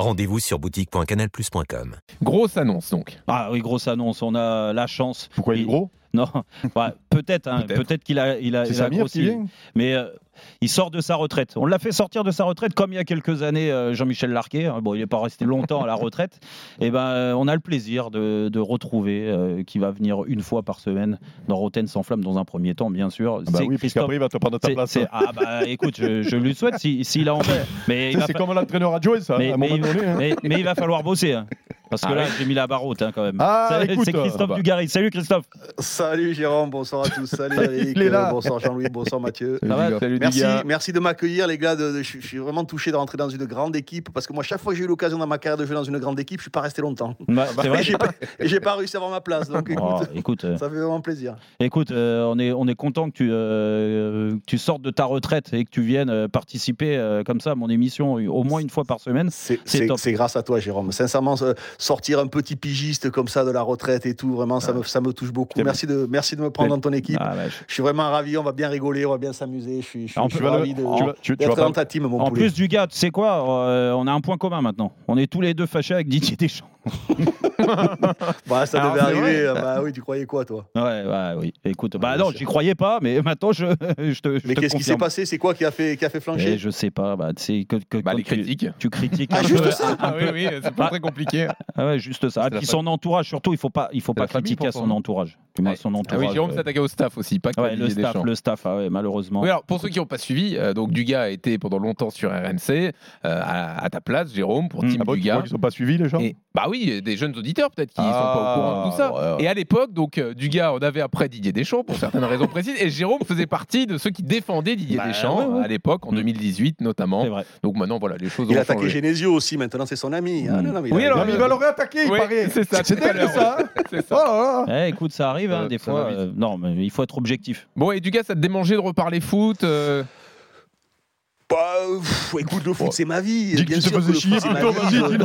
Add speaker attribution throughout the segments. Speaker 1: Rendez-vous sur boutique.canalplus.com.
Speaker 2: Grosse annonce donc.
Speaker 3: Ah oui, grosse annonce. On a la chance.
Speaker 2: Pourquoi il est gros
Speaker 3: Non, bah, peut-être. hein,
Speaker 2: Peut-être.
Speaker 3: peut-être qu'il a, il a,
Speaker 2: C'est
Speaker 3: il a
Speaker 2: Samir
Speaker 3: grossi.
Speaker 2: qui vient
Speaker 3: Mais euh, il sort de sa retraite. On l'a fait sortir de sa retraite comme il y a quelques années euh, Jean-Michel Larquet. hein. Bon, il n'est pas resté longtemps à la retraite. Et ben, euh, on a le plaisir de, de retrouver euh, qui va venir une fois par semaine dans Roten sans flamme dans un premier temps, bien sûr.
Speaker 2: Ah Bah
Speaker 3: C'est
Speaker 2: oui,
Speaker 3: Christophe-
Speaker 2: puisqu'après il va te prendre ta
Speaker 3: c'est-
Speaker 2: place. hein.
Speaker 3: c'est-
Speaker 2: Tu
Speaker 3: ah bah écoute, je, je lui souhaite si- s'il a envie. Mais il
Speaker 2: sais,
Speaker 3: va
Speaker 2: C'est
Speaker 3: fa-
Speaker 2: comme l'entraîneur à Joey, ça,
Speaker 3: mais,
Speaker 2: à un
Speaker 3: mais
Speaker 2: moment
Speaker 3: il-
Speaker 2: donné. hein.
Speaker 3: mais- mais il va falloir bosser. hein. Parce que là, j'ai mis la baroute hein, quand même.
Speaker 2: Ah,
Speaker 3: Ça-
Speaker 2: écoute,
Speaker 3: C'est
Speaker 2: euh,
Speaker 3: Christophe
Speaker 2: bah.
Speaker 3: Dugarry. Salut Christophe.
Speaker 4: Salut Jérôme, bonsoir à tous. Salut Eric,
Speaker 2: Il est là.
Speaker 4: euh, bonsoir Jean-Louis, bonsoir Mathieu.
Speaker 2: Ça va Salut,
Speaker 4: Merci,
Speaker 2: Diga.
Speaker 4: merci de m'accueillir, les gars. de- de- je je suis vraiment touché de rentrer dans une grande équipe parce que moi, chaque fois que j'ai eu l'occasion dans ma carrière de jouer dans une grande équipe, je suis pas resté longtemps.
Speaker 3: Bah, c'est vrai
Speaker 4: Et j'ai pas, et j'ai pas réussi à avoir ma place. Donc, écoute,
Speaker 3: Oh, écoute, euh,
Speaker 4: ça fait vraiment plaisir.
Speaker 3: Écoute, euh, on, est, on est content que tu, euh, que tu sortes de ta retraite et que tu viennes euh, participer euh, comme ça à mon émission au moins une fois par semaine.
Speaker 4: C'est-
Speaker 3: C'est
Speaker 4: C'est
Speaker 3: top.
Speaker 4: c'est grâce à toi, Jérôme. Sincèrement, euh, sortir un petit pigiste comme ça de la retraite et tout, vraiment, ça me, ça me touche beaucoup.
Speaker 2: Putain,
Speaker 4: Merci de, merci de me prendre dans ton équipe.
Speaker 3: Ah, ouais, je-
Speaker 4: Je suis vraiment ravi. On va bien rigoler, on va bien s'amuser. Je suis, je suis-
Speaker 3: En
Speaker 4: je suis
Speaker 2: Tu vas le-
Speaker 4: ravi de-
Speaker 2: tu vas- tu- tu vas
Speaker 4: d'être
Speaker 2: pas-
Speaker 4: dans ta team, mon
Speaker 3: En
Speaker 4: poulet.
Speaker 3: plus du gars, tu sais quoi euh, On a un point commun maintenant. On est tous les deux fâchés avec Didier Deschamps.
Speaker 4: Bah, ça
Speaker 2: Alors,
Speaker 4: devait
Speaker 2: Ah, c'est
Speaker 4: arriver. Bah oui, tu croyais quoi, toi
Speaker 3: Ouais, ouais, oui. Écoute, bah
Speaker 4: Ouais,
Speaker 3: non,
Speaker 4: bien sûr.
Speaker 3: j'y croyais pas, mais maintenant je, je te. je
Speaker 4: Mais
Speaker 3: te
Speaker 4: qu'est-ce qui s'est
Speaker 3: confirme.
Speaker 4: passé C'est quoi qui a fait, qui a fait
Speaker 3: Eh,
Speaker 4: flancher
Speaker 3: Je sais pas. Bah, tu sais, que, que-
Speaker 5: Bah,
Speaker 3: quand
Speaker 5: les
Speaker 3: tu-
Speaker 5: critiques.
Speaker 3: Tu critiques
Speaker 4: Ah,
Speaker 3: un
Speaker 4: juste
Speaker 3: peu-
Speaker 4: ça
Speaker 5: Ah oui, oui, c'est pas très compliqué.
Speaker 3: Ah ouais, juste ça.
Speaker 5: C'est
Speaker 3: Et
Speaker 5: la
Speaker 3: puis son entourage, surtout, il faut pas, il faut
Speaker 5: C'est
Speaker 3: pas
Speaker 5: la famille,
Speaker 3: critiquer à
Speaker 5: pourtant.
Speaker 3: son entourage. Tu vois,
Speaker 5: Ouais.
Speaker 3: son
Speaker 5: Ah
Speaker 3: entourage.
Speaker 5: oui, Jérôme
Speaker 3: euh,
Speaker 5: s'attaquait au staff aussi, pas que
Speaker 3: ouais,
Speaker 5: à
Speaker 3: le
Speaker 5: Didier
Speaker 3: staff,
Speaker 5: Deschamps.
Speaker 3: le staff, ah ouais, malheureusement.
Speaker 5: Oui, alors pour ceux qui n'ont pas suivi, euh, donc Dugas a été pendant longtemps sur RMC, euh, à, à ta place, Jérôme, pour
Speaker 3: Mm.
Speaker 5: Team
Speaker 2: Ah bon, tu crois
Speaker 5: Dugas.
Speaker 2: qu'ils sont pas suivis les gens
Speaker 5: Et, bah oui, des jeunes auditeurs peut-être qui ne
Speaker 2: Ah,
Speaker 5: sont pas au courant de tout ça.
Speaker 2: ouais, ouais.
Speaker 5: Et à l'époque, donc euh, Dugas, on avait après Didier Deschamps pour certaines raisons précises, et Jérôme faisait partie de ceux qui défendaient Didier
Speaker 3: Bah,
Speaker 5: Deschamps
Speaker 3: ouais, ouais.
Speaker 5: à l'époque, en
Speaker 3: Mm.
Speaker 5: 2018 notamment.
Speaker 3: C'est vrai.
Speaker 5: Donc maintenant, voilà, les choses
Speaker 4: Il
Speaker 5: ont
Speaker 4: a attaqué
Speaker 5: changé.
Speaker 4: Genesio aussi, maintenant c'est son ami. Ah,
Speaker 3: Mm.
Speaker 4: non, non, mais il
Speaker 5: Oui,
Speaker 4: a-
Speaker 5: alors,
Speaker 2: Non, mais il va le réattaquer, il
Speaker 5: Oui,
Speaker 2: paraît.
Speaker 5: c'est ça,
Speaker 2: C'est
Speaker 5: tout à
Speaker 2: dingue
Speaker 5: l'heure.
Speaker 2: ça. hein
Speaker 5: C'est ça.
Speaker 2: Ah, ah, ah.
Speaker 3: Eh, écoute, ça arrive, hein,
Speaker 5: Ça-
Speaker 3: des
Speaker 5: ça
Speaker 3: fois.
Speaker 5: va vite.
Speaker 3: euh, non, mais il faut être objectif.
Speaker 5: Bon, et Dugas, ça te démangeait de reparler foot euh,
Speaker 4: Bah, euh, pff, écoute, le foot,
Speaker 5: Ouais.
Speaker 4: c'est ma vie.
Speaker 2: Dis que
Speaker 4: bien
Speaker 2: tu te
Speaker 4: sûr
Speaker 2: faisais
Speaker 4: que le
Speaker 2: chier,
Speaker 4: foot, c'est ma
Speaker 2: plutôt,
Speaker 4: vie.
Speaker 2: vas-y, dis-le. Dis-le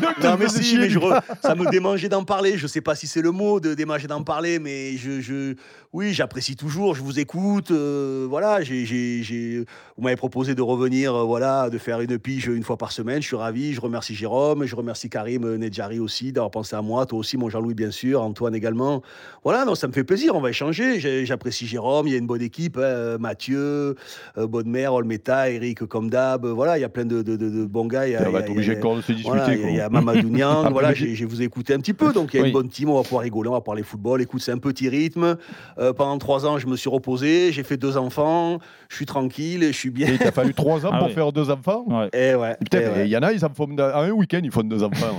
Speaker 2: que
Speaker 4: Non,
Speaker 2: tu
Speaker 4: mais
Speaker 2: te faisais
Speaker 4: si, mais
Speaker 2: chier.
Speaker 4: je re- ça me démangeait d'en parler. Je sais pas si c'est le mot de démangeait d'en parler, mais je, je- oui, j'apprécie toujours. Je vous écoute. euh, voilà, j'ai, j'ai- j'ai- vous m'avez proposé de revenir, euh, voilà, de faire une pige une fois par semaine. Je suis ravi. Je remercie Jérôme, je remercie Karim euh, Nedjari aussi d'avoir pensé à moi, toi aussi, mon Jean-Louis bien sûr, Antoine également. Voilà, non, ça me fait plaisir. On va échanger. J'ai- J'apprécie Jérôme. Il y a une bonne équipe. hein, euh, Mathieu, euh, Bonne-Mère, Olmeta, Eric comme d'hab. euh, Voilà, il y a plein de, de- de- de bons gars. Il y a-
Speaker 2: On
Speaker 4: il y a-
Speaker 2: va
Speaker 4: il
Speaker 2: être
Speaker 4: y a-
Speaker 2: obligé encore de se
Speaker 4: voilà,
Speaker 2: disputer.
Speaker 4: il y a- il y
Speaker 2: quoi.
Speaker 4: a Mamadou Niang,
Speaker 2: Ah,
Speaker 4: voilà,
Speaker 2: mais-
Speaker 4: j'ai j'ai vous écouté un petit peu, donc il y a
Speaker 5: Oui.
Speaker 4: une bonne team, on va pouvoir rigoler, on va parler football, écoute, c'est un petit rythme. Euh, pendant trois ans, je me suis reposé, j'ai fait deux enfants, je suis tranquille, je suis bien.
Speaker 2: Et Il t'a fallu trois ans
Speaker 3: Ah
Speaker 2: pour
Speaker 3: ouais.
Speaker 2: faire deux enfants
Speaker 3: Ouais.
Speaker 4: Eh ouais,
Speaker 2: Putain,
Speaker 4: eh
Speaker 2: mais
Speaker 4: ouais.
Speaker 2: il y en a, ils en font à un week-end, ils font deux enfants.